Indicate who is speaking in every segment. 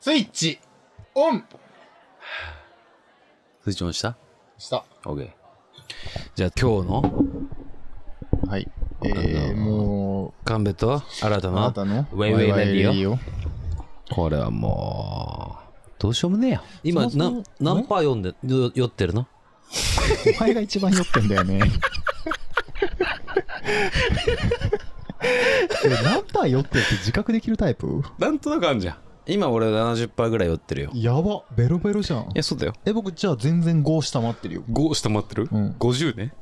Speaker 1: スイッチ、オン
Speaker 2: スイッチオンした
Speaker 1: した。
Speaker 2: ?OK。じゃあ今日の
Speaker 1: はい。え
Speaker 2: あの
Speaker 1: ー、も
Speaker 2: 神戸と新た
Speaker 1: う、あな
Speaker 2: な
Speaker 1: たの
Speaker 2: ウェイウェイ
Speaker 1: ワ
Speaker 2: レディオ
Speaker 1: レオ。
Speaker 2: これはもうどうしようもねえや今
Speaker 1: そもそも
Speaker 2: な何パー読んでよ酔ってるの
Speaker 1: お前が一番酔ってんだよ ね。え何パー酔ってるって自覚できるタイプ
Speaker 2: なんとなくあんじゃん今俺70パーぐらい酔ってるよい
Speaker 1: やば、ベロベロじゃん。
Speaker 2: やそうだよ
Speaker 1: え、僕じゃあ全然5下回ってるよ。
Speaker 2: 5下回ってる、
Speaker 1: うん
Speaker 2: 50ね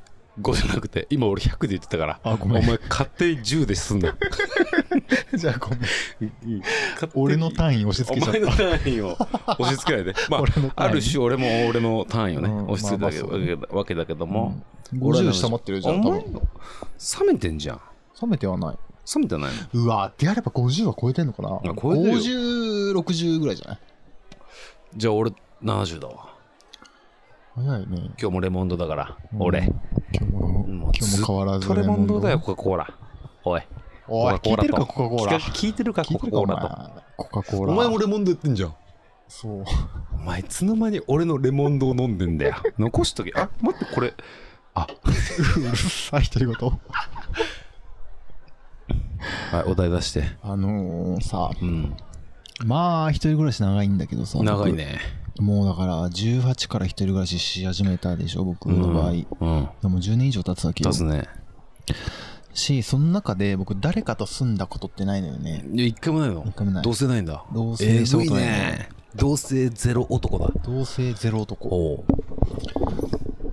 Speaker 2: 5じゃなくて今俺100で言ってたから
Speaker 1: あごめ
Speaker 2: お
Speaker 1: ん
Speaker 2: 前勝手に10で進ん だ
Speaker 1: じゃあごめん。
Speaker 2: 勝手に
Speaker 1: 俺の単位押し付
Speaker 2: お
Speaker 1: けちゃっ
Speaker 2: 前の単位を押し付 けないで、まあ
Speaker 1: 俺の、単位
Speaker 2: ある種俺も俺の単位をね、
Speaker 1: うん
Speaker 2: 押し付けた
Speaker 1: まあ
Speaker 2: わけだわけだけども、
Speaker 1: た。50下回ってるよじゃ
Speaker 2: お
Speaker 1: ん、多
Speaker 2: 前
Speaker 1: 分。
Speaker 2: 冷めてんじゃん
Speaker 1: 冷めてはない。
Speaker 2: 冷めてないう
Speaker 1: わ、であれば50は超えてんのかな
Speaker 2: や超えてるよ
Speaker 1: ?50、60ぐらいじゃない
Speaker 2: のじゃあ俺70だわ
Speaker 1: 早いね。
Speaker 2: 今日もレモンドだから、俺
Speaker 1: 今日も、
Speaker 2: もう
Speaker 1: 今日も変わらず
Speaker 2: ずっとレモンドだよ
Speaker 1: レ
Speaker 2: コカ・コーラおい
Speaker 1: モンド。おい、
Speaker 2: コ
Speaker 1: 聞
Speaker 2: カ
Speaker 1: いてるか、
Speaker 2: と
Speaker 1: コカ・コーラ。
Speaker 2: 聞か聞いてるか
Speaker 1: 聞
Speaker 2: コ
Speaker 1: いて
Speaker 2: カ・コー
Speaker 1: るか、お前
Speaker 2: ラと。
Speaker 1: コカ・コー
Speaker 2: お
Speaker 1: ラ。
Speaker 2: 前もレモンドやってんじゃん
Speaker 1: そう。
Speaker 2: お前いつの間に俺のレモンドを飲んでんだよ残しとけあ待ってこれあ
Speaker 1: うるさい、独り言。
Speaker 2: はいお題出して
Speaker 1: あのー、さ、
Speaker 2: うん
Speaker 1: まあ、一人暮らし長いんだけどさ。
Speaker 2: 長いね
Speaker 1: 僕。もうだから、18から一人暮らしし始めたでしょ、僕の場合。で
Speaker 2: うん
Speaker 1: も10年以上経つわけよ
Speaker 2: 出。すね
Speaker 1: し、その中で僕、誰かと住んだことってないのよね。
Speaker 2: いや一回もないの
Speaker 1: 一回もない
Speaker 2: 同棲ないんだ
Speaker 1: 同棲したことないね
Speaker 2: えぐ同棲ゼロ男だ
Speaker 1: 同性ゼロ男。
Speaker 2: おう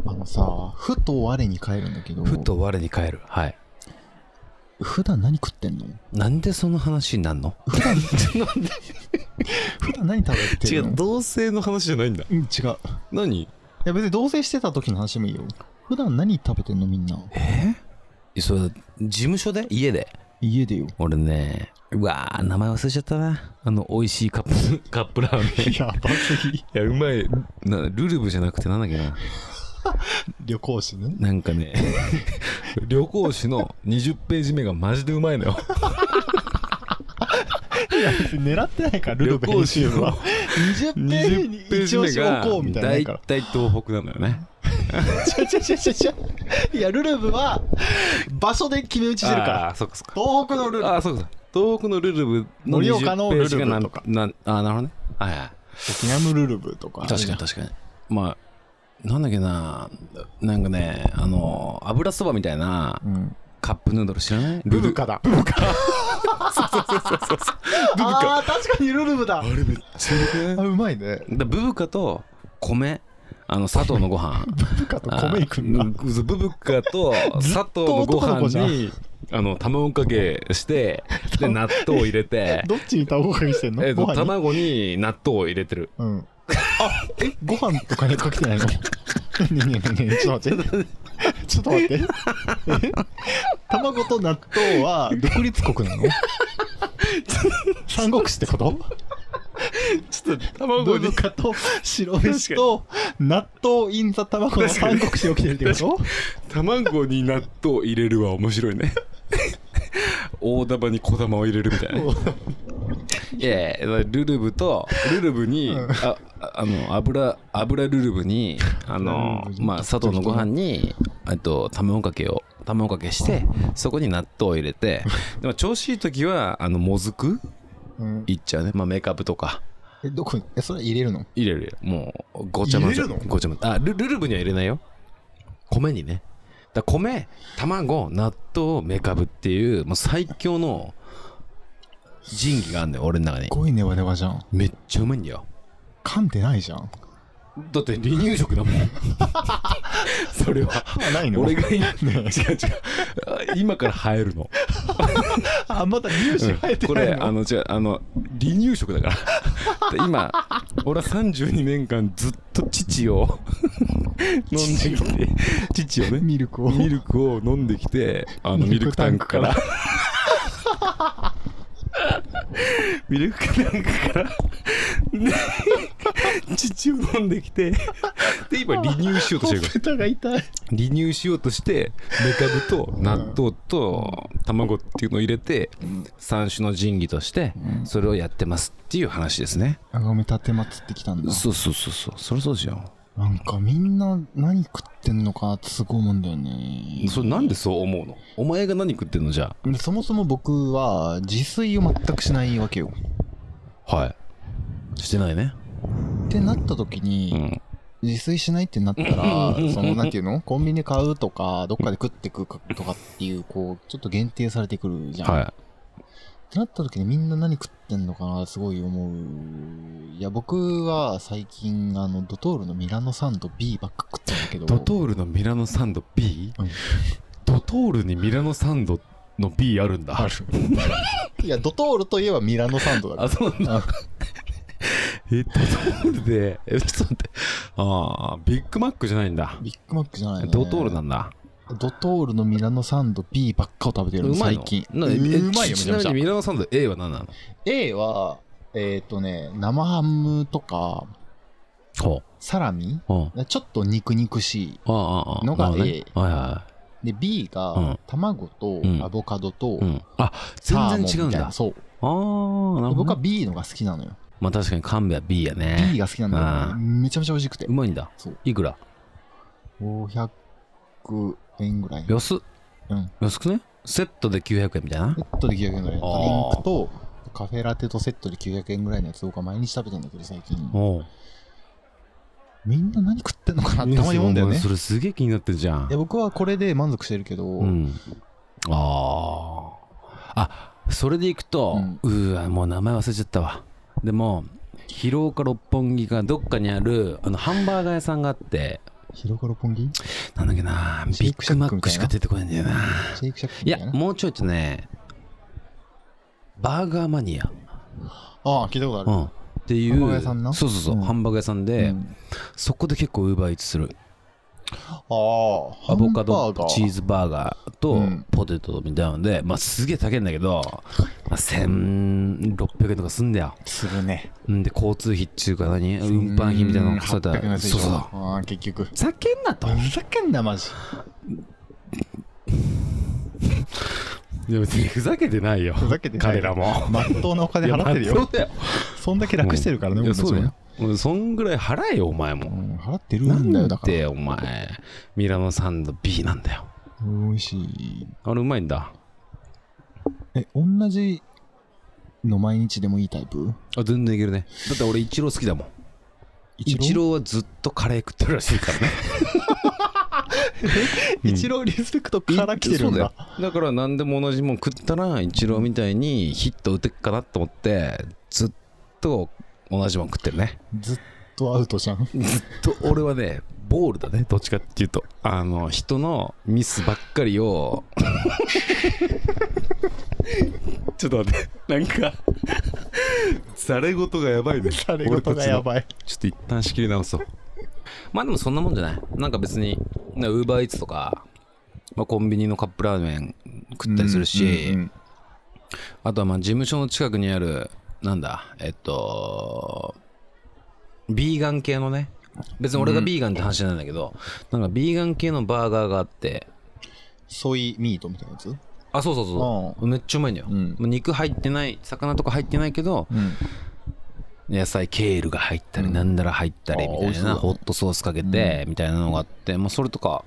Speaker 1: あのさ、ふと我に返るんだけど、
Speaker 2: ふと我に返るはい
Speaker 1: 普段何食っ てんの
Speaker 2: なんでその話になんの
Speaker 1: 普段普段何食べてるの
Speaker 2: 同棲の話じゃないんだ
Speaker 1: うん違ういや
Speaker 2: 何
Speaker 1: 別に同棲してた時の話でもいいよ普段何食べてんのみんな
Speaker 2: えそれ事務所で家で
Speaker 1: 家でよ
Speaker 2: 俺ねうわー名前忘れちゃったなあの美味しいカップ カップラーメンい
Speaker 1: やばすぎ
Speaker 2: やうまいなルルブじゃなくてなんだっけな
Speaker 1: 旅行誌 ね
Speaker 2: なんかね 旅行誌の20ページ目がマジでうまい のよ
Speaker 1: いや別に狙ってないから
Speaker 2: ルルブ編集は
Speaker 1: 20
Speaker 2: 20ページ目が大体東北なのよね
Speaker 1: ちゃちゃちゃちゃちゃいやルルブは場所で決め打ちしてるから
Speaker 2: あーそっかそっか
Speaker 1: 東北のルルブ
Speaker 2: あーそうかそうか東北のルルブの
Speaker 1: 盛
Speaker 2: 20
Speaker 1: 岡の
Speaker 2: ページが
Speaker 1: ルル
Speaker 2: な
Speaker 1: ブと
Speaker 2: ん
Speaker 1: か
Speaker 2: なんあーなるほどねはいはい
Speaker 1: 沖縄のルルブとか
Speaker 2: 確かに確かにまあなんだっけななんかねあの油そばみたいな
Speaker 1: うん
Speaker 2: カップヌードル知らない
Speaker 1: ルル
Speaker 2: カ
Speaker 1: カだルルカ
Speaker 2: ブブカ
Speaker 1: あー確かにルルブだあ
Speaker 2: れめっちゃよく
Speaker 1: う
Speaker 2: ない
Speaker 1: まいね
Speaker 2: だブブカと米あの佐藤のご飯
Speaker 1: ルルカと 米行くんだ
Speaker 2: あーブブカと 佐藤のご
Speaker 1: 男の子
Speaker 2: 飯
Speaker 1: じゃん
Speaker 2: にあの卵かけして で納豆を入れて
Speaker 1: どっちに卵かけしてんの
Speaker 2: えっ
Speaker 1: ご
Speaker 2: と
Speaker 1: 飯に
Speaker 2: 卵に納豆を入れてる
Speaker 1: うん。あ、え、ご飯とかにかけてないの ねえねえねえねえ、ちょっと待って。 ちょっと待って。え卵と納豆は独立国なの三国志ってこと
Speaker 2: ちょっと
Speaker 1: ブブカと白飯と納豆インザ卵の三国志起きてるってこと
Speaker 2: 卵に納豆入れるは面白いね 大玉に小玉を入れるみたいなねいやいやルルブとルルブに、
Speaker 1: うん
Speaker 2: あああの油油ルルブにあの
Speaker 1: ルルブ
Speaker 2: まあ佐藤のご飯にあと卵かけを卵かけしてそこに納豆を入れてでも調子いい時はあのもずく
Speaker 1: うん
Speaker 2: いっちゃうねまあメカブとか
Speaker 1: え、どこに、え、それ入れるの
Speaker 2: 入れるよもうごちゃ混ぜ
Speaker 1: 入れるの
Speaker 2: ごちゃ混ぜあルルルブには入れないよ米にねだから米卵納豆メカブっていうもう最強の仁義があんだよ俺の中に
Speaker 1: すごいネバネバじゃん。
Speaker 2: めっちゃうまいんだよ
Speaker 1: 噛んでないじゃん。
Speaker 2: だって離乳食だもん それは
Speaker 1: あ、ないの
Speaker 2: 俺がい違う違
Speaker 1: ね
Speaker 2: うあ今から生えるの
Speaker 1: あ、まだ乳歯 生えて
Speaker 2: こ
Speaker 1: ない
Speaker 2: れ
Speaker 1: の、
Speaker 2: あの違うあの離乳食だから で今俺は32年間ずっと乳を 飲んできて 乳をね
Speaker 1: ミルクを。
Speaker 2: ミルクを飲んできてあのミ
Speaker 1: ミ
Speaker 2: ルク
Speaker 1: ルク
Speaker 2: タ
Speaker 1: タ
Speaker 2: ン
Speaker 1: ン
Speaker 2: ク
Speaker 1: ク
Speaker 2: か
Speaker 1: からら
Speaker 2: ミルクタンクから乳を飲んできてで今離乳しようとしてるから
Speaker 1: ほっぺたが痛い。
Speaker 2: 離乳しようとしてメカブと納豆と卵っていうのを入れて三種の神器としてそれをやってますっていう話ですね
Speaker 1: あごめ立てまつってきたんだ。
Speaker 2: そうそうそうそうそれそうですよ
Speaker 1: なんかみんな何食ってんのかなってすごい思うんだよね。
Speaker 2: それなんでそう思うのお前が何食ってんのじゃ
Speaker 1: でそもそも僕は自炊を全くしないわけよ。
Speaker 2: あはいしてないね
Speaker 1: ってなった時
Speaker 2: う
Speaker 1: に、
Speaker 2: ん
Speaker 1: 自炊しないってなったら、その、なんていうのコンビニで買うとか、どっかで食ってくかとかっていう、こう、ちょっと限定されてくるじゃん。
Speaker 2: は
Speaker 1: ってなった時にみんな何食ってんのかなすごい思う。いや、僕は最近、あの、ドトールのミラノサンド B ばっか食ってんだけど。
Speaker 2: いドトールのミラノサンド B、
Speaker 1: うん
Speaker 2: ドトールにミラノサンドの B あるんだ
Speaker 1: あ る。いや、ドトールといえばミラノサンドだか
Speaker 2: あそうなんだ
Speaker 1: ら。あ
Speaker 2: えドトールでえちょっと待ってああビッグマックじゃないんだ
Speaker 1: ビッグマックじゃない、ね。
Speaker 2: ドトールなんだ
Speaker 1: ドトールのミラノサンド B ばっかを食べてるの
Speaker 2: うまい
Speaker 1: 最
Speaker 2: の
Speaker 1: 近。う
Speaker 2: な
Speaker 1: ま
Speaker 2: え
Speaker 1: いよ、め
Speaker 2: ちち
Speaker 1: ち
Speaker 2: な
Speaker 1: ゃめ
Speaker 2: み
Speaker 1: ちゃ
Speaker 2: に。ミラノサンド A は何なの
Speaker 1: A は、えっ、とね、生ハムとか、
Speaker 2: ほ
Speaker 1: サラミ
Speaker 2: う。うん。
Speaker 1: ちょっと肉肉しい。
Speaker 2: ああ、ああ。
Speaker 1: のが
Speaker 2: なるほどね
Speaker 1: A
Speaker 2: はいは
Speaker 1: で、B
Speaker 2: う
Speaker 1: が
Speaker 2: ん、
Speaker 1: 卵と
Speaker 2: うん
Speaker 1: アボカドと、
Speaker 2: い。うん。あ、
Speaker 1: サーモン
Speaker 2: 全然違うん
Speaker 1: みたいな
Speaker 2: だ。
Speaker 1: そう。
Speaker 2: ああ、なるほ
Speaker 1: 僕
Speaker 2: ど
Speaker 1: は
Speaker 2: ね。
Speaker 1: B のが好きなのよ。
Speaker 2: まあ確かに神戸は B や
Speaker 1: B
Speaker 2: ね。
Speaker 1: が好きなんだよ、ね。めちゃめちゃ美味しくて
Speaker 2: う。まいんだ
Speaker 1: そう。
Speaker 2: いくら
Speaker 1: 500円ぐらい。
Speaker 2: 安っ
Speaker 1: うん。
Speaker 2: 安くねセットで900円みたいな
Speaker 1: セ。ットで900円ぐらい。
Speaker 2: あー
Speaker 1: ドリンクとカフェラテとセットで900円ぐらいのやつを僕は毎日食べてんだけど、最近。
Speaker 2: おう。
Speaker 1: みんな何食ってんのかなってたまに思うんだよ
Speaker 2: い
Speaker 1: ね
Speaker 2: や。それすげえ気になってるじゃん
Speaker 1: いや。僕はこれで満足してるけど、
Speaker 2: うん。ああ。あ、それでいくと、うーわ、もう名前忘れちゃったわ。でも、広岡六本木かどっかにあるあのハンバーガー屋さんがあって
Speaker 1: 広がろポンギ
Speaker 2: なんだっけな
Speaker 1: シェ
Speaker 2: ビ
Speaker 1: イ
Speaker 2: ッ
Speaker 1: クシャ
Speaker 2: グマ
Speaker 1: ッ
Speaker 2: ッ
Speaker 1: クみた
Speaker 2: ク
Speaker 1: いな
Speaker 2: しか出てこないんだよな
Speaker 1: シェイクシャック
Speaker 2: い
Speaker 1: みたいな
Speaker 2: や。もうちょいとねバーガーマニア、
Speaker 1: ああ、聞いたことあ
Speaker 2: う
Speaker 1: る。
Speaker 2: ん、っていう
Speaker 1: ハンバーガー屋さんな
Speaker 2: そうそうそう、
Speaker 1: うん
Speaker 2: ハンバーガー屋さんで、
Speaker 1: うん
Speaker 2: そこで結構ウーバーイーツする
Speaker 1: ああ、
Speaker 2: アボカ
Speaker 1: ハ
Speaker 2: ド
Speaker 1: ンバーガー
Speaker 2: チーズバーガーと
Speaker 1: うん
Speaker 2: ポテトみたいなので、まあすげえ高いんだけど、まあ、1600円とかすんだよ
Speaker 1: するね。
Speaker 2: んで交通費っちゅうか何運搬費みたいなの
Speaker 1: そ
Speaker 2: そううだ
Speaker 1: だ。800円のやつでし
Speaker 2: そ
Speaker 1: ょ
Speaker 2: うそう
Speaker 1: ああ、結局。
Speaker 2: ふざけんなと
Speaker 1: ふざけんな、マジ。
Speaker 2: いや別にふざけてないよ
Speaker 1: ふざけてな
Speaker 2: 彼
Speaker 1: い
Speaker 2: らも
Speaker 1: まっとうなお金払ってる
Speaker 2: いやまあ
Speaker 1: よ。
Speaker 2: そうだよ
Speaker 1: そんだけ楽してるからね、
Speaker 2: いや
Speaker 1: 僕た
Speaker 2: そ
Speaker 1: ち
Speaker 2: う
Speaker 1: も
Speaker 2: だよ。うんそんぐらい払えよお前も
Speaker 1: うん払ってる
Speaker 2: なん
Speaker 1: だよ、
Speaker 2: ん
Speaker 1: だから。
Speaker 2: でお前ミラノサンド B なんだよ
Speaker 1: うん美味しい。
Speaker 2: あれうまいんだ
Speaker 1: え、同じの毎日でもいいタイプ
Speaker 2: あ全然いけるねだって俺イチロー好きだもんイ
Speaker 1: 一
Speaker 2: チ
Speaker 1: 郎
Speaker 2: ローはずっとカレー食ってるらしいからねうん
Speaker 1: 一郎リスペクトから来てるん
Speaker 2: そう
Speaker 1: だ。
Speaker 2: よだから何でも同じもん食ったらイチローみたいにヒット打てっかなと思ってずっと同じもん食ってるね
Speaker 1: ずっとアウトじゃん。
Speaker 2: ずっと俺はねボールだねどっちかっていうとあの人のミスばっかり をちょっと待ってなん かざれ事がやばいね
Speaker 1: され事がやばい。
Speaker 2: ちょっと一旦仕切り直そう。 まあでもそんなもんじゃない。なんか別に、ウーバーイーツとか、まあ、コンビニのカップラーメン食ったりするし、
Speaker 1: うんうん
Speaker 2: あとはまあ事務所の近くにある、なんだ、えっと、ビーガン系のね、別に俺がビーガンって話じゃないんだけど、なんかビーガン系のバーガーがあって、
Speaker 1: ソイミートみたいなやつ
Speaker 2: あ、そうそうそう、めっちゃうまいんだよ。
Speaker 1: うん
Speaker 2: もう肉入ってない、魚とか入ってないけど、
Speaker 1: うん。
Speaker 2: 野菜ケールが入ったり
Speaker 1: うん
Speaker 2: なんだら入ったり
Speaker 1: あー
Speaker 2: み
Speaker 1: 美
Speaker 2: た
Speaker 1: 味し
Speaker 2: い
Speaker 1: そうだ
Speaker 2: な
Speaker 1: ね
Speaker 2: ホットソースかけてみたいなのがあってまあそれとか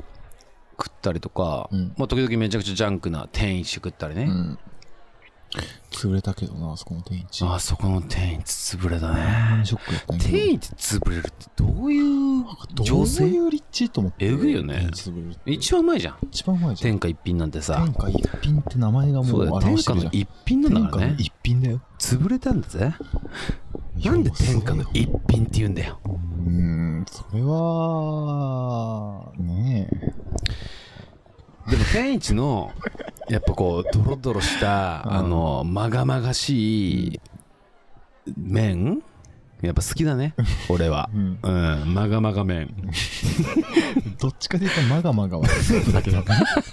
Speaker 2: 食ったりとか
Speaker 1: うん
Speaker 2: まあ時々めちゃくちゃジャンクな天一食ったり
Speaker 1: う
Speaker 2: ね
Speaker 1: ん。潰れたけどな、あそこの天一。
Speaker 2: あそこの天一潰れた
Speaker 1: ほんま
Speaker 2: ね
Speaker 1: にショックやったんやけど
Speaker 2: 天一潰れるってどういう
Speaker 1: ど
Speaker 2: 情
Speaker 1: う
Speaker 2: 勢
Speaker 1: いう立地と思って。
Speaker 2: えぐいよね
Speaker 1: 天一潰れるって
Speaker 2: 一番うまいじゃん
Speaker 1: 一番うまいじゃ
Speaker 2: 天
Speaker 1: ん。
Speaker 2: 下一品なんてさ
Speaker 1: 天下一品って名前がも
Speaker 2: そううだよ
Speaker 1: 表
Speaker 2: 天
Speaker 1: して
Speaker 2: 下
Speaker 1: るじゃ
Speaker 2: の
Speaker 1: ん。
Speaker 2: 一品なんだからね
Speaker 1: 一品だよ。
Speaker 2: 潰れたんだぜなんで天下の
Speaker 1: いや
Speaker 2: 一品って言うんだよ
Speaker 1: そうだようーん、それは、ねえ。
Speaker 2: でも天一のやっぱこうドロドロした
Speaker 1: うん
Speaker 2: あのまがまがしい麺やっぱ好きだね俺は
Speaker 1: うん
Speaker 2: うんまがまが麺
Speaker 1: どっちかで言うとマガマガはだけだね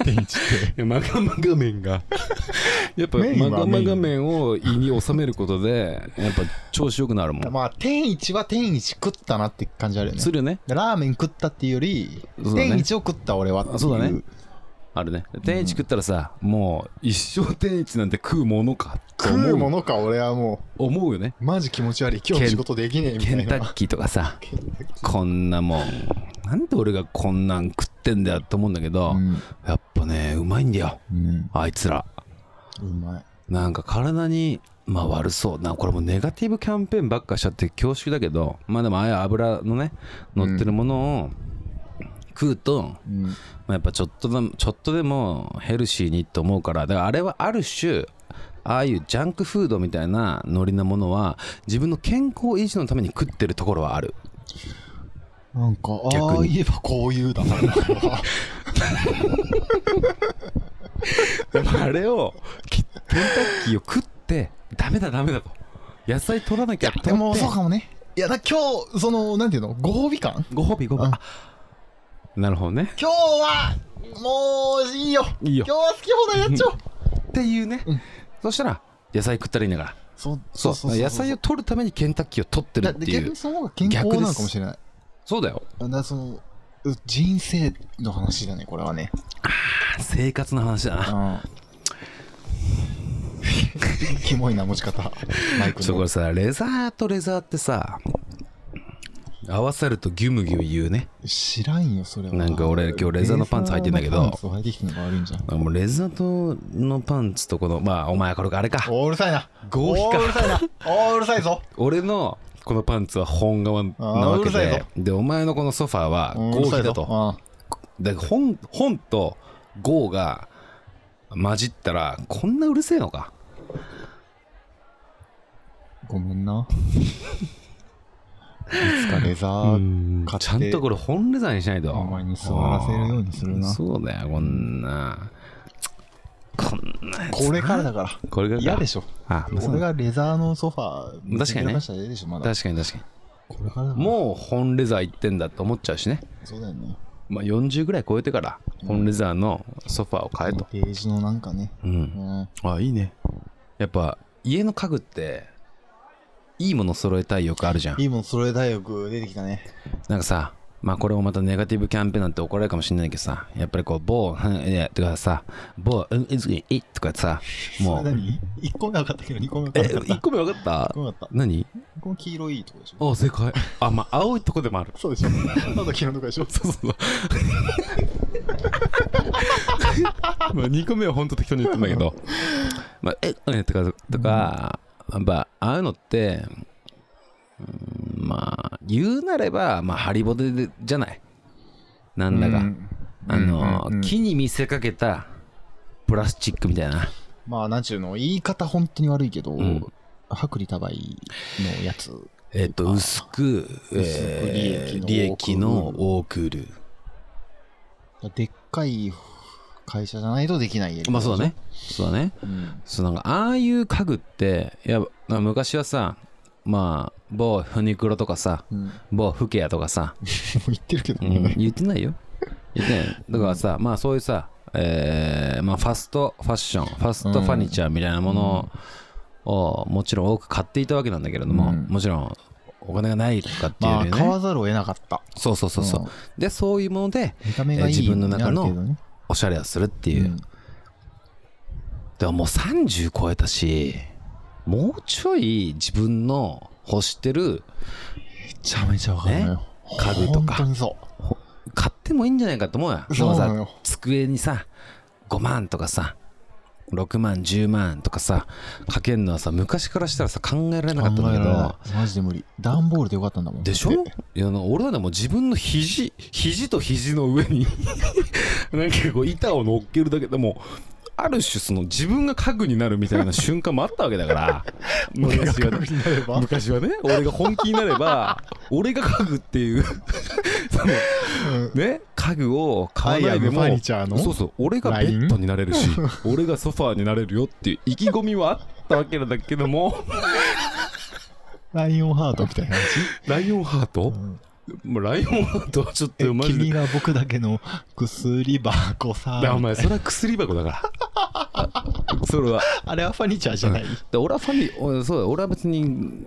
Speaker 1: 天一って
Speaker 2: マガマガ麺が やっぱ
Speaker 1: 麺は
Speaker 2: マガマガ麺を胃に収めることでやっぱ調子よくなるもん
Speaker 1: まあ天一は天一食ったなって感じあるよね
Speaker 2: するよね
Speaker 1: ラーメン食ったっていうより、
Speaker 2: そうだね
Speaker 1: 天一を食った俺はっていう
Speaker 2: あそうだねあるね天一食ったらさもう一生天一なんて食うものかと思う
Speaker 1: 食うものか俺はも
Speaker 2: 思うよね
Speaker 1: うマジ気持ち悪い今
Speaker 2: ケン
Speaker 1: 日仕事できねえみた
Speaker 2: ケ
Speaker 1: い
Speaker 2: ンタ
Speaker 1: な
Speaker 2: ッキーとかさ
Speaker 1: ケンタッキ
Speaker 2: こんなもんなんで俺がこんなん食ってんだよと思うんだけど、
Speaker 1: うん
Speaker 2: やっぱねうまいんだよ
Speaker 1: うん
Speaker 2: あいつら
Speaker 1: うまい
Speaker 2: なんか体にまあ悪そうなこれもうネガティブキャンペーンばっかしちゃって恐縮だけどまあでもああいう油のね乗ってるものを食うと、ま
Speaker 1: うん
Speaker 2: あ、やっぱちょっとでもちょっとでもヘルシーにと思うからだからあれはある種ああいうジャンクフードみたいなノリなものは自分の健康維持のために食ってるところはある
Speaker 1: なんかあ
Speaker 2: 逆
Speaker 1: あ
Speaker 2: に
Speaker 1: 言えばこういうだな
Speaker 2: でもあれをきケンタッキーを食ってダメだダメだと野菜取らなきゃと思って
Speaker 1: でもそうかもねいやだ今日そのなんていうのご褒美感
Speaker 2: ご褒美ご褒美あなるほどね
Speaker 1: 今日はもういいよ
Speaker 2: いいよ
Speaker 1: 今日は好き放題やっちゃおう
Speaker 2: っていうね、
Speaker 1: うん
Speaker 2: そしたら野菜食ったらいいんだから
Speaker 1: そう
Speaker 2: そう野菜を取るためにケンタッキーを取ってる
Speaker 1: だ
Speaker 2: っ
Speaker 1: って
Speaker 2: てい
Speaker 1: 逆
Speaker 2: う
Speaker 1: にその方が健康なのかもしれない
Speaker 2: そうだよ
Speaker 1: だからそのう人生の話だねこれはね
Speaker 2: 生活の話だな
Speaker 1: うん。キモいな、持ち方。マイク
Speaker 2: ちょこ
Speaker 1: の
Speaker 2: れ。さレザーとレザーってさ合わさるとギュムギュム言うね
Speaker 1: 知らんよ、それは。
Speaker 2: なんか俺今日レザーのパンツ履いてんだけど
Speaker 1: レザーのパンツ履いてきてんのが悪いんじゃん。
Speaker 2: もうレザーとのパンツとこのまあお前これあれか
Speaker 1: おうるさいな。
Speaker 2: 合
Speaker 1: お
Speaker 2: 皮か
Speaker 1: うるさいな。おうるさいぞ。
Speaker 2: 俺のこのパンツは本革なわけ
Speaker 1: あーうるさい
Speaker 2: で
Speaker 1: ぞ
Speaker 2: でお前のこのソファーは
Speaker 1: おうる
Speaker 2: 合
Speaker 1: さい
Speaker 2: 皮
Speaker 1: ぞ
Speaker 2: だとだから本本と合が混じったらこんなうるせえのか
Speaker 1: うんごめんな。いつかレザ
Speaker 2: う
Speaker 1: ー、
Speaker 2: ん
Speaker 1: 買って
Speaker 2: ちゃんとこれ本レザーにしないと
Speaker 1: お前に座らせるようにするな。
Speaker 2: そうだよこんなこんなやつ
Speaker 1: これからだか
Speaker 2: これが
Speaker 1: ら。嫌でしょ。
Speaker 2: あまあそう
Speaker 1: 俺
Speaker 2: だ
Speaker 1: がレザーのソファー、
Speaker 2: 確かにね
Speaker 1: 見せらかしたらええでしょ、まだ。
Speaker 2: 確かに確かに
Speaker 1: これからだから
Speaker 2: もう本レザー行ってんだと思っちゃうしね、
Speaker 1: そうだよね。
Speaker 2: まあ、40ぐらい超えてから本レザーのソファーを買えと、
Speaker 1: ページのなんかね。
Speaker 2: うん
Speaker 1: うん
Speaker 2: あいいねやっぱ家の家具っていいもの揃えたい欲あるじゃん
Speaker 1: いいもん、それ大学出てきたね。
Speaker 2: なんかさ、まあこれもまたネガティブキャンペーンなんて怒られるかもしれないけどさ、やっぱりこう、某、うんいや、とかさ、某、うん、いついいとかさ、も
Speaker 1: それ
Speaker 2: う、
Speaker 1: 何 ?1 個目は分かったけど2個目
Speaker 2: え、
Speaker 1: 分かんなかっ。
Speaker 2: 1個目分かったた
Speaker 1: 分かった。
Speaker 2: 何
Speaker 1: この黄色いとこでしょ
Speaker 2: あ、正解。あ、まあ青いとこでもある。
Speaker 1: そうでしょまだ黄色いとこでしょ
Speaker 2: そうそう そう。まあ2個目は本当適当に言ってんだけど、まあ、え、うん、とか、とか、やっぱ、ああいうのって、うんまあ、言うなれば、まあ、ハリボテでじゃない。なんだか。あの、
Speaker 1: うんうん
Speaker 2: 木に見せかけたプラスチックみたいな。
Speaker 1: まあなんちゅうの言い方本当に悪いけど、
Speaker 2: ん
Speaker 1: 薄利多売のやつ
Speaker 2: えっ、と、薄く、え
Speaker 1: 薄
Speaker 2: ー
Speaker 1: く
Speaker 2: 利
Speaker 1: 利
Speaker 2: 益
Speaker 1: 益
Speaker 2: の
Speaker 1: の
Speaker 2: 多く売る。
Speaker 1: でっかい会社じゃないとできないやり方
Speaker 2: まあそうだね。そうだね。
Speaker 1: うん
Speaker 2: そうなんか、ああいう家具って、いや、まあ昔はさ、まあ、某フニクロとかさ、
Speaker 1: うん、も
Speaker 2: 某フケアとかさ、
Speaker 1: う言ってるけど
Speaker 2: うん
Speaker 1: ね、
Speaker 2: 言ってないよ。言ってない。だからさ、まあそういうさ、えーまあファストファッション、ファストファニチャーみたいなものを、もちろん多く買っていたわけなんだけれども、
Speaker 1: うん
Speaker 2: もちろんお金がないとかっていう
Speaker 1: ま
Speaker 2: よ
Speaker 1: あ
Speaker 2: りね、
Speaker 1: 買わざるを得なかった
Speaker 2: そうそうそうそう、
Speaker 1: うん
Speaker 2: で、そういうもので
Speaker 1: 見た目がいい
Speaker 2: え自分の中の
Speaker 1: ある程度ね
Speaker 2: おしゃれをするっていう。
Speaker 1: うん
Speaker 2: でももう30超えたし、もうちょい自分の欲してる、
Speaker 1: めちゃめちゃわかるのよ、
Speaker 2: ね家具とか
Speaker 1: 本当にそ
Speaker 2: ほ買ってもいいんじゃないかと思うやん。
Speaker 1: そうなのよ
Speaker 2: なんかさ机にさ、5万とかさ、6万、10万とかさ、かけるのはさ、昔からしたらさ、考えられ
Speaker 1: う
Speaker 2: なかったんだけ
Speaker 1: 考えら
Speaker 2: ど
Speaker 1: れな、いマジで無理段ボール でよかったんだもん
Speaker 2: でしょ いやなんか俺はでもう自分の肘肘と肘の上に なんかこう板を乗っけるだけでもある種その自分が家具になるみたいな瞬間もあったわけだから 昔はね
Speaker 1: になれば
Speaker 2: 昔はね俺が本気になれ ば俺が家具っていうそのね家具を買わないでも
Speaker 1: アイアムファニチャーの
Speaker 2: そうそう俺がベッドになれる し俺がソファーになれるよっていう意気込みはあったわけだけども
Speaker 1: ライオンハートみたいな感
Speaker 2: ライオンハート
Speaker 1: じ、うん
Speaker 2: もうライオンハートはちょっ
Speaker 1: え
Speaker 2: とマジで
Speaker 1: 君が僕だけの薬箱さ
Speaker 2: だお前それは薬箱だからそれは
Speaker 1: あれはファニチャーじゃない、
Speaker 2: で俺はファミおそうだ俺は別に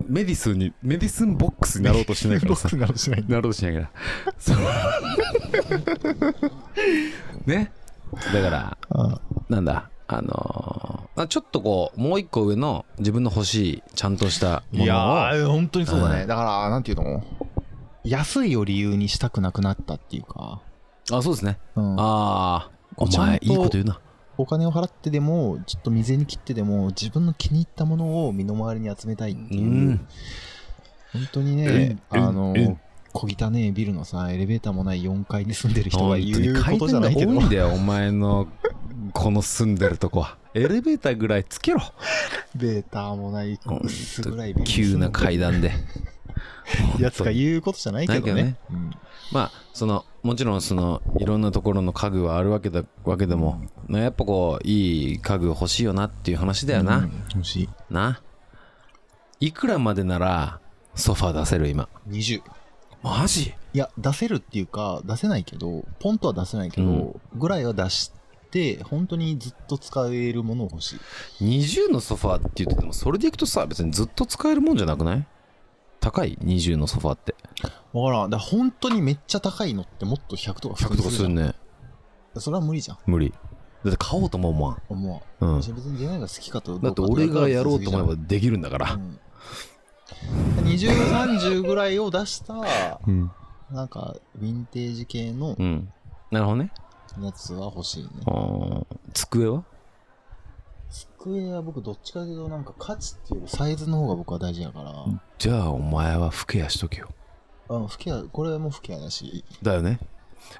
Speaker 2: メディスンにメディスンボックスになろうとしてないから
Speaker 1: ボッ
Speaker 2: さ
Speaker 1: クスなどしない
Speaker 2: なろうとしないからそう ねだから
Speaker 1: あ
Speaker 2: なんだあのーあちょっとこうもう一個上の自分の欲しいちゃんとした
Speaker 1: い
Speaker 2: も
Speaker 1: や
Speaker 2: のを
Speaker 1: ー本当にそうだね、
Speaker 2: うん
Speaker 1: だからなんていうの安いを理由にしたくなくなったっていうか、
Speaker 2: あそうですね
Speaker 1: うん
Speaker 2: ああお
Speaker 1: ちゃん
Speaker 2: 前
Speaker 1: と
Speaker 2: いいこと言うな
Speaker 1: お金を払ってでもちょっと未然に切ってでも自分の気に入ったものを身の回りに集めたいって
Speaker 2: う
Speaker 1: いう、
Speaker 2: ん
Speaker 1: 本当に
Speaker 2: え
Speaker 1: ね
Speaker 2: ん、
Speaker 1: あの
Speaker 2: えん、
Speaker 1: 小汚ねえビルのさ、エレベーターもない4階に住んでる人が
Speaker 2: 本当
Speaker 1: 言
Speaker 2: に
Speaker 1: う
Speaker 2: 回
Speaker 1: ことじゃ
Speaker 2: 転
Speaker 1: な
Speaker 2: が
Speaker 1: い
Speaker 2: 多
Speaker 1: けど
Speaker 2: い、んだよお前のこの住んでるとこはエレベーターぐらいつけろ
Speaker 1: ベーターもない、
Speaker 2: ほんと
Speaker 1: 薄暗いビルに住
Speaker 2: 急
Speaker 1: んでる
Speaker 2: な階段で
Speaker 1: やつが言うことじゃないけどね。うん
Speaker 2: まあそのもちろんそのいろんなところの家具はあるわけだわけでも、ねやっぱこういい家具欲しいよなっていう話だよな、
Speaker 1: うん欲しい。
Speaker 2: ないくらまでならソファー出せる今
Speaker 1: 20。
Speaker 2: マジ
Speaker 1: いや、出せるっていうか、出せないけど、ポンとは出せないけど、
Speaker 2: うん
Speaker 1: ぐらいは出して、本当にずっと使えるものを欲しい。
Speaker 2: 20のソファーって言っててもそれでいくとさ別にずっと使えるもんじゃなくない高い20のソファーって
Speaker 1: わからん。だから本当にめっちゃ高いのってもっと100とか普通
Speaker 2: 100とかするね
Speaker 1: じゃんそれは無理じゃん。
Speaker 2: 無理だって買おうとも思わ
Speaker 1: 思
Speaker 2: ん、
Speaker 1: う。
Speaker 2: うん、
Speaker 1: 私別に出会いが好きかとど
Speaker 2: だ
Speaker 1: う
Speaker 2: っ
Speaker 1: か
Speaker 2: て
Speaker 1: と
Speaker 2: 俺がやろうと思えば
Speaker 1: ば
Speaker 2: できるんだから、
Speaker 1: 2030ぐらいを出した
Speaker 2: うん
Speaker 1: なんかヴィンテージ系の
Speaker 2: うん、なるほどね
Speaker 1: やつは欲しいね
Speaker 2: あー机は
Speaker 1: 机は僕どっちかというとなんか価値っていうよりサイズの方が僕は大事やから
Speaker 2: じゃあお前は服やしとけよ
Speaker 1: うん不ケアこれも不ケアだし
Speaker 2: だよね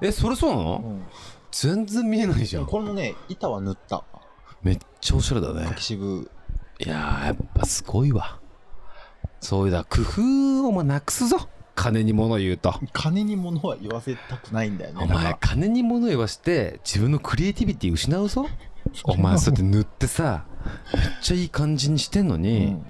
Speaker 2: えそれそうな
Speaker 1: う
Speaker 2: の
Speaker 1: ん
Speaker 2: 全然見えないじ
Speaker 1: で
Speaker 2: ゃ
Speaker 1: も
Speaker 2: ん
Speaker 1: これもね板は塗った
Speaker 2: めっちゃおしゃれだね
Speaker 1: 柿渋
Speaker 2: いやーやっぱすごいわそういうだ工夫をまなくすぞ金に物言うと
Speaker 1: 金に物は言わせたくないんだよね
Speaker 2: お
Speaker 1: だか
Speaker 2: 前
Speaker 1: ら
Speaker 2: 金に物言わして自分のクリエイティビティ失うぞお前そうやって塗ってさめっちゃいい感じにしてんの
Speaker 1: う
Speaker 2: に、
Speaker 1: ん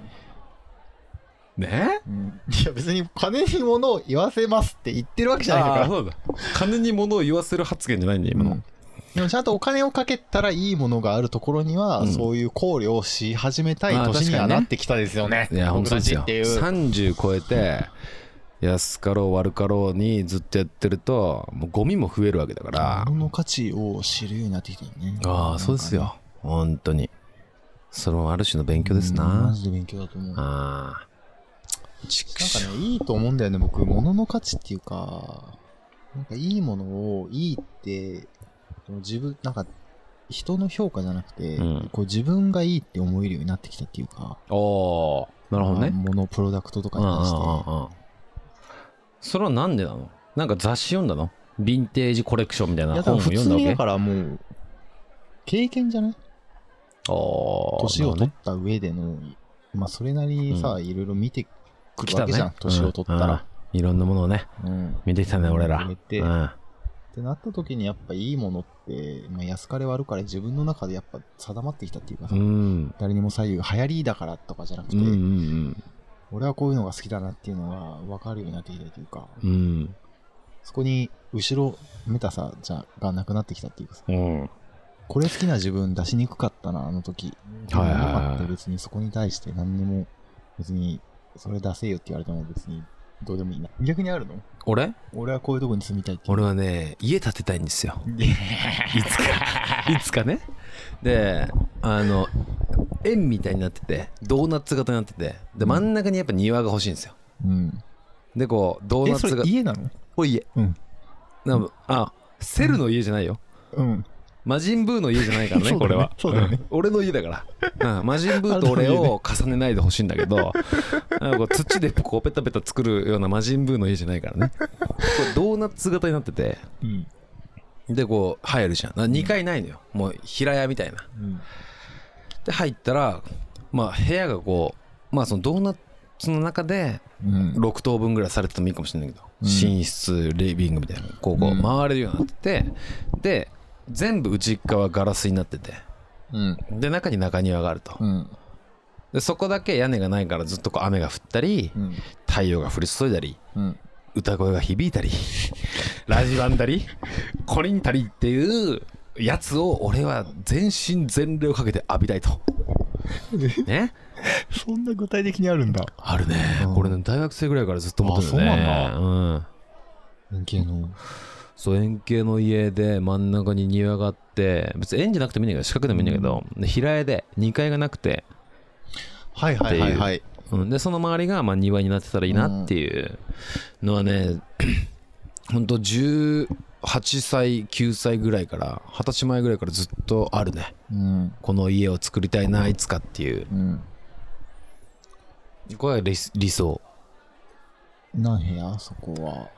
Speaker 2: ね
Speaker 1: うんいや別に金に物を言わせますって言ってるわけじゃないから
Speaker 2: あーそうだ金に物を言わせる発言じゃないんだよ今の、
Speaker 1: うんでもちゃんとお金をかけたらいいものがあるところには、
Speaker 2: うん
Speaker 1: そういう考慮をし始めたい
Speaker 2: まあ
Speaker 1: 年に
Speaker 2: 確か
Speaker 1: は
Speaker 2: にね
Speaker 1: なってきたですよね。
Speaker 2: いや、本
Speaker 1: 僕
Speaker 2: 当
Speaker 1: た
Speaker 2: です
Speaker 1: ち
Speaker 2: よ。
Speaker 1: っていう。
Speaker 2: 30超えて、安かろう悪かろうにずっとやってると、もうゴミも増えるわけだから。
Speaker 1: 物の価値を知るようになってきたよね。
Speaker 2: ああ、そうですよ。本当に。それもある種の勉強です
Speaker 1: うんマ
Speaker 2: な。
Speaker 1: ジで勉強だと思う。なんか
Speaker 2: ああ。ちくしょう
Speaker 1: ね、いいと思うんだよね、僕。物の価値っていうか、なんかいいものを、いいって、自分、なんか、人の評価じゃなくて、
Speaker 2: うん
Speaker 1: こう自分がいいって思えるようになってきたっていうか、
Speaker 2: おーなるほど
Speaker 1: あ
Speaker 2: ね。
Speaker 1: 物、プロダクトとか
Speaker 2: うん
Speaker 1: に
Speaker 2: うんうん
Speaker 1: 関して。
Speaker 2: うん。それはなんでなのなんか雑誌読んだのヴィンテージコレクションみたい
Speaker 1: い
Speaker 2: な
Speaker 1: や、だか
Speaker 2: 本
Speaker 1: ら
Speaker 2: を
Speaker 1: 普
Speaker 2: 読ん
Speaker 1: 通
Speaker 2: だ
Speaker 1: にだ
Speaker 2: わ
Speaker 1: からもう、経験じゃない
Speaker 2: けおー
Speaker 1: 年を
Speaker 2: な
Speaker 1: 取
Speaker 2: る
Speaker 1: った上での、まあそれなりにさ、いろいろ見て
Speaker 2: ほど
Speaker 1: く
Speaker 2: ね
Speaker 1: るわけじゃん、
Speaker 2: 来
Speaker 1: 年を取った
Speaker 2: うんうん
Speaker 1: ら。
Speaker 2: いろんなものをね、
Speaker 1: うん。っ
Speaker 2: 見てきたね、俺ら。
Speaker 1: 見て
Speaker 2: うん
Speaker 1: てなった時にやっぱいいものって、まあ安かれ悪かれ自分の中でやっぱ定まってきたっていうかさ、
Speaker 2: うん。
Speaker 1: 誰にも左右、流行りだからとかじゃなく
Speaker 2: う
Speaker 1: て、
Speaker 2: んうん
Speaker 1: 俺はこういうのが好きだなっていうのが分かるようになってきたというか、
Speaker 2: うん。
Speaker 1: そこに後ろめたさじゃがなくなってきたっていうかさ、
Speaker 2: うん。
Speaker 1: これ好きな自分出しにくかったな、あの時。
Speaker 2: はいはいはい
Speaker 1: なかった別にそこに対して何にも、別に、それ出せよって言われても別にどうでもいいな。逆にあるの
Speaker 2: 俺
Speaker 1: 俺はこういうとこに住みたいって。
Speaker 2: 俺はね、家建てたいんです よ。いつか、いつかね。で、あの、円みたいになってて、ドーナツ型になってて、で、真ん中にやっぱ庭が欲しいんですよ。
Speaker 1: うん。
Speaker 2: で、こう、ドー
Speaker 1: え、
Speaker 2: ナ
Speaker 1: そ
Speaker 2: ツ
Speaker 1: れ
Speaker 2: が、
Speaker 1: 家なの
Speaker 2: これ家。
Speaker 1: うん。
Speaker 2: なんかあ、セルの家じゃないよ。
Speaker 1: うん。
Speaker 2: 魔人ブーの家じゃないからね、
Speaker 1: そう
Speaker 2: こ
Speaker 1: だね
Speaker 2: れは。
Speaker 1: そうだね
Speaker 2: ん俺の家だから。うん、魔人ブーと俺を重ねないでほしいんだけど、なんかこう土でこうペタペタ作るような魔人ブーの家じゃないからね。これドーナツ型になってて、
Speaker 1: うん。
Speaker 2: で、こう入るじゃん。2階ないのよ。もう平屋みたいな。
Speaker 1: うん。
Speaker 2: で、入ったら、まあ部屋がこう、まあそのドーナツの中で
Speaker 1: うん。
Speaker 2: 6等分ぐらいされててもいいかもしれないけど、
Speaker 1: うん
Speaker 2: 寝室、リビングみたいな、こうこ
Speaker 1: う
Speaker 2: うん回れるようになってて、で、全部内側ガラスになってて、
Speaker 1: うん。
Speaker 2: で中に中庭があると、
Speaker 1: うん。
Speaker 2: でそこだけ屋根がないからずっとこう雨が降ったり
Speaker 1: うん。
Speaker 2: 太陽が降り注いだり
Speaker 1: うん。
Speaker 2: 歌声が響い たりラジバンだりコリンたりっていうやつを俺は全身全霊をかけて浴びたい とね
Speaker 1: そんな具体的にあるんだ。
Speaker 2: あるね
Speaker 1: うん
Speaker 2: これね大学生ぐらいからずっと思ってる
Speaker 1: あ
Speaker 2: ね
Speaker 1: そうなん
Speaker 2: うん
Speaker 1: 円形の。
Speaker 2: そう円形の家で真ん中に庭があって別に円じゃなくてもいいんだけど四角でもいいんだけど、で平屋で2階がなくて、
Speaker 1: はいはいはいはい。
Speaker 2: うん、でその周りがまあ庭になってたらいいなっていうのはね、ほんと18歳9歳ぐらいから20歳前ぐらいからずっとあるね
Speaker 1: うん。
Speaker 2: この家を作りたいないつかっていう
Speaker 1: うん。
Speaker 2: これは理理想
Speaker 1: 何部屋そこは。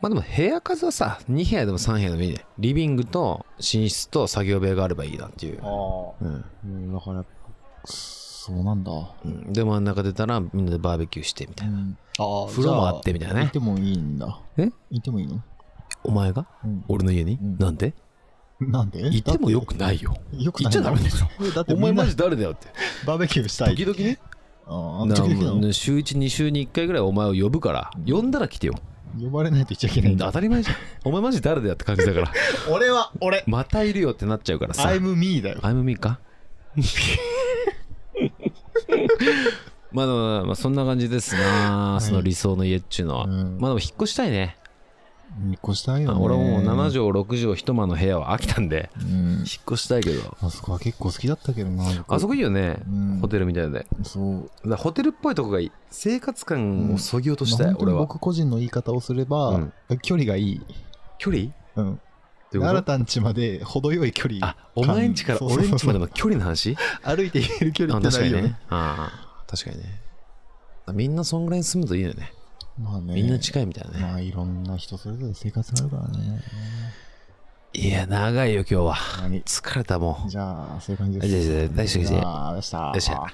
Speaker 2: まあでも部屋数はさ2部屋でも3部屋でもいいねリビングと寝室と作業部屋があればいいなっていう、
Speaker 1: あ
Speaker 2: うん
Speaker 1: あ。だから、そうなんだ。
Speaker 2: うん、で真ん中出たらみんなでバーベキューしてみたいな、
Speaker 1: ああ
Speaker 2: 風呂もあってみたいなね
Speaker 1: いてもいいんだ。
Speaker 2: え
Speaker 1: いてもいいの
Speaker 2: お前が
Speaker 1: うん。
Speaker 2: 俺の家に、
Speaker 1: うん
Speaker 2: なんで
Speaker 1: なんで
Speaker 2: いてもよくないよ
Speaker 1: よく
Speaker 2: いっちゃダメでしょ
Speaker 1: ょ。だって
Speaker 2: お前
Speaker 1: みんな
Speaker 2: マジ誰だよって
Speaker 1: バーベキューしたい。
Speaker 2: 々ね
Speaker 1: ああ、
Speaker 2: な
Speaker 1: 時々なの
Speaker 2: ね週12週に1回ぐらいお前を呼ぶから呼んだら来てよ
Speaker 1: 呼ばれないといっちゃいけないんだ。
Speaker 2: 当たり前じゃんお前マジ誰だよって感じだから
Speaker 1: 俺は俺。
Speaker 2: またいるよってなっちゃうからさ
Speaker 1: I'm me だよ。
Speaker 2: I'm me かまあでもまあそんな感じですな、
Speaker 1: い
Speaker 2: その理想の家っちゅうのは、
Speaker 1: うん
Speaker 2: まあでも引っ越したいね
Speaker 1: 引っ越したいよね。
Speaker 2: 俺ももう7畳6畳一間の部屋は飽きたんで
Speaker 1: うん。
Speaker 2: 引っ越したいけど
Speaker 1: あそこは結構好きだったけどな。
Speaker 2: あそこいいよね、
Speaker 1: うん
Speaker 2: ホテルみたいでだか
Speaker 1: こ。そう。
Speaker 2: らホテルっぽいとこがいい生活感をそぎ落としたい、
Speaker 1: まあ本当
Speaker 2: 俺
Speaker 1: に
Speaker 2: は
Speaker 1: 僕個人の言い方をすれ
Speaker 2: う
Speaker 1: ば
Speaker 2: ん、
Speaker 1: 距離がいい。
Speaker 2: 距離
Speaker 1: う
Speaker 2: ど
Speaker 1: ん。
Speaker 2: ういうこと
Speaker 1: 新たんちまで程よい距離。
Speaker 2: あお前んちから
Speaker 1: そうそうそう
Speaker 2: 俺んちまでの距離の 話
Speaker 1: 歩いて行ける距離
Speaker 2: あ
Speaker 1: って
Speaker 2: 確
Speaker 1: な
Speaker 2: か
Speaker 1: い
Speaker 2: に
Speaker 1: よ
Speaker 2: ね
Speaker 1: ね。
Speaker 2: ああ確かにねみんなそんぐらいに住むといいよね
Speaker 1: まあね。
Speaker 2: みんな近いみたいなね
Speaker 1: まあいろんな人それぞれ生活があるからね。
Speaker 2: いや長いよ今日は
Speaker 1: 何
Speaker 2: 疲れたもん
Speaker 1: じゃあ、そういう感じ
Speaker 2: じゃあ
Speaker 1: です。
Speaker 2: じゃあ大丈夫大丈夫
Speaker 1: じゃあ、でした。
Speaker 2: よっしゃ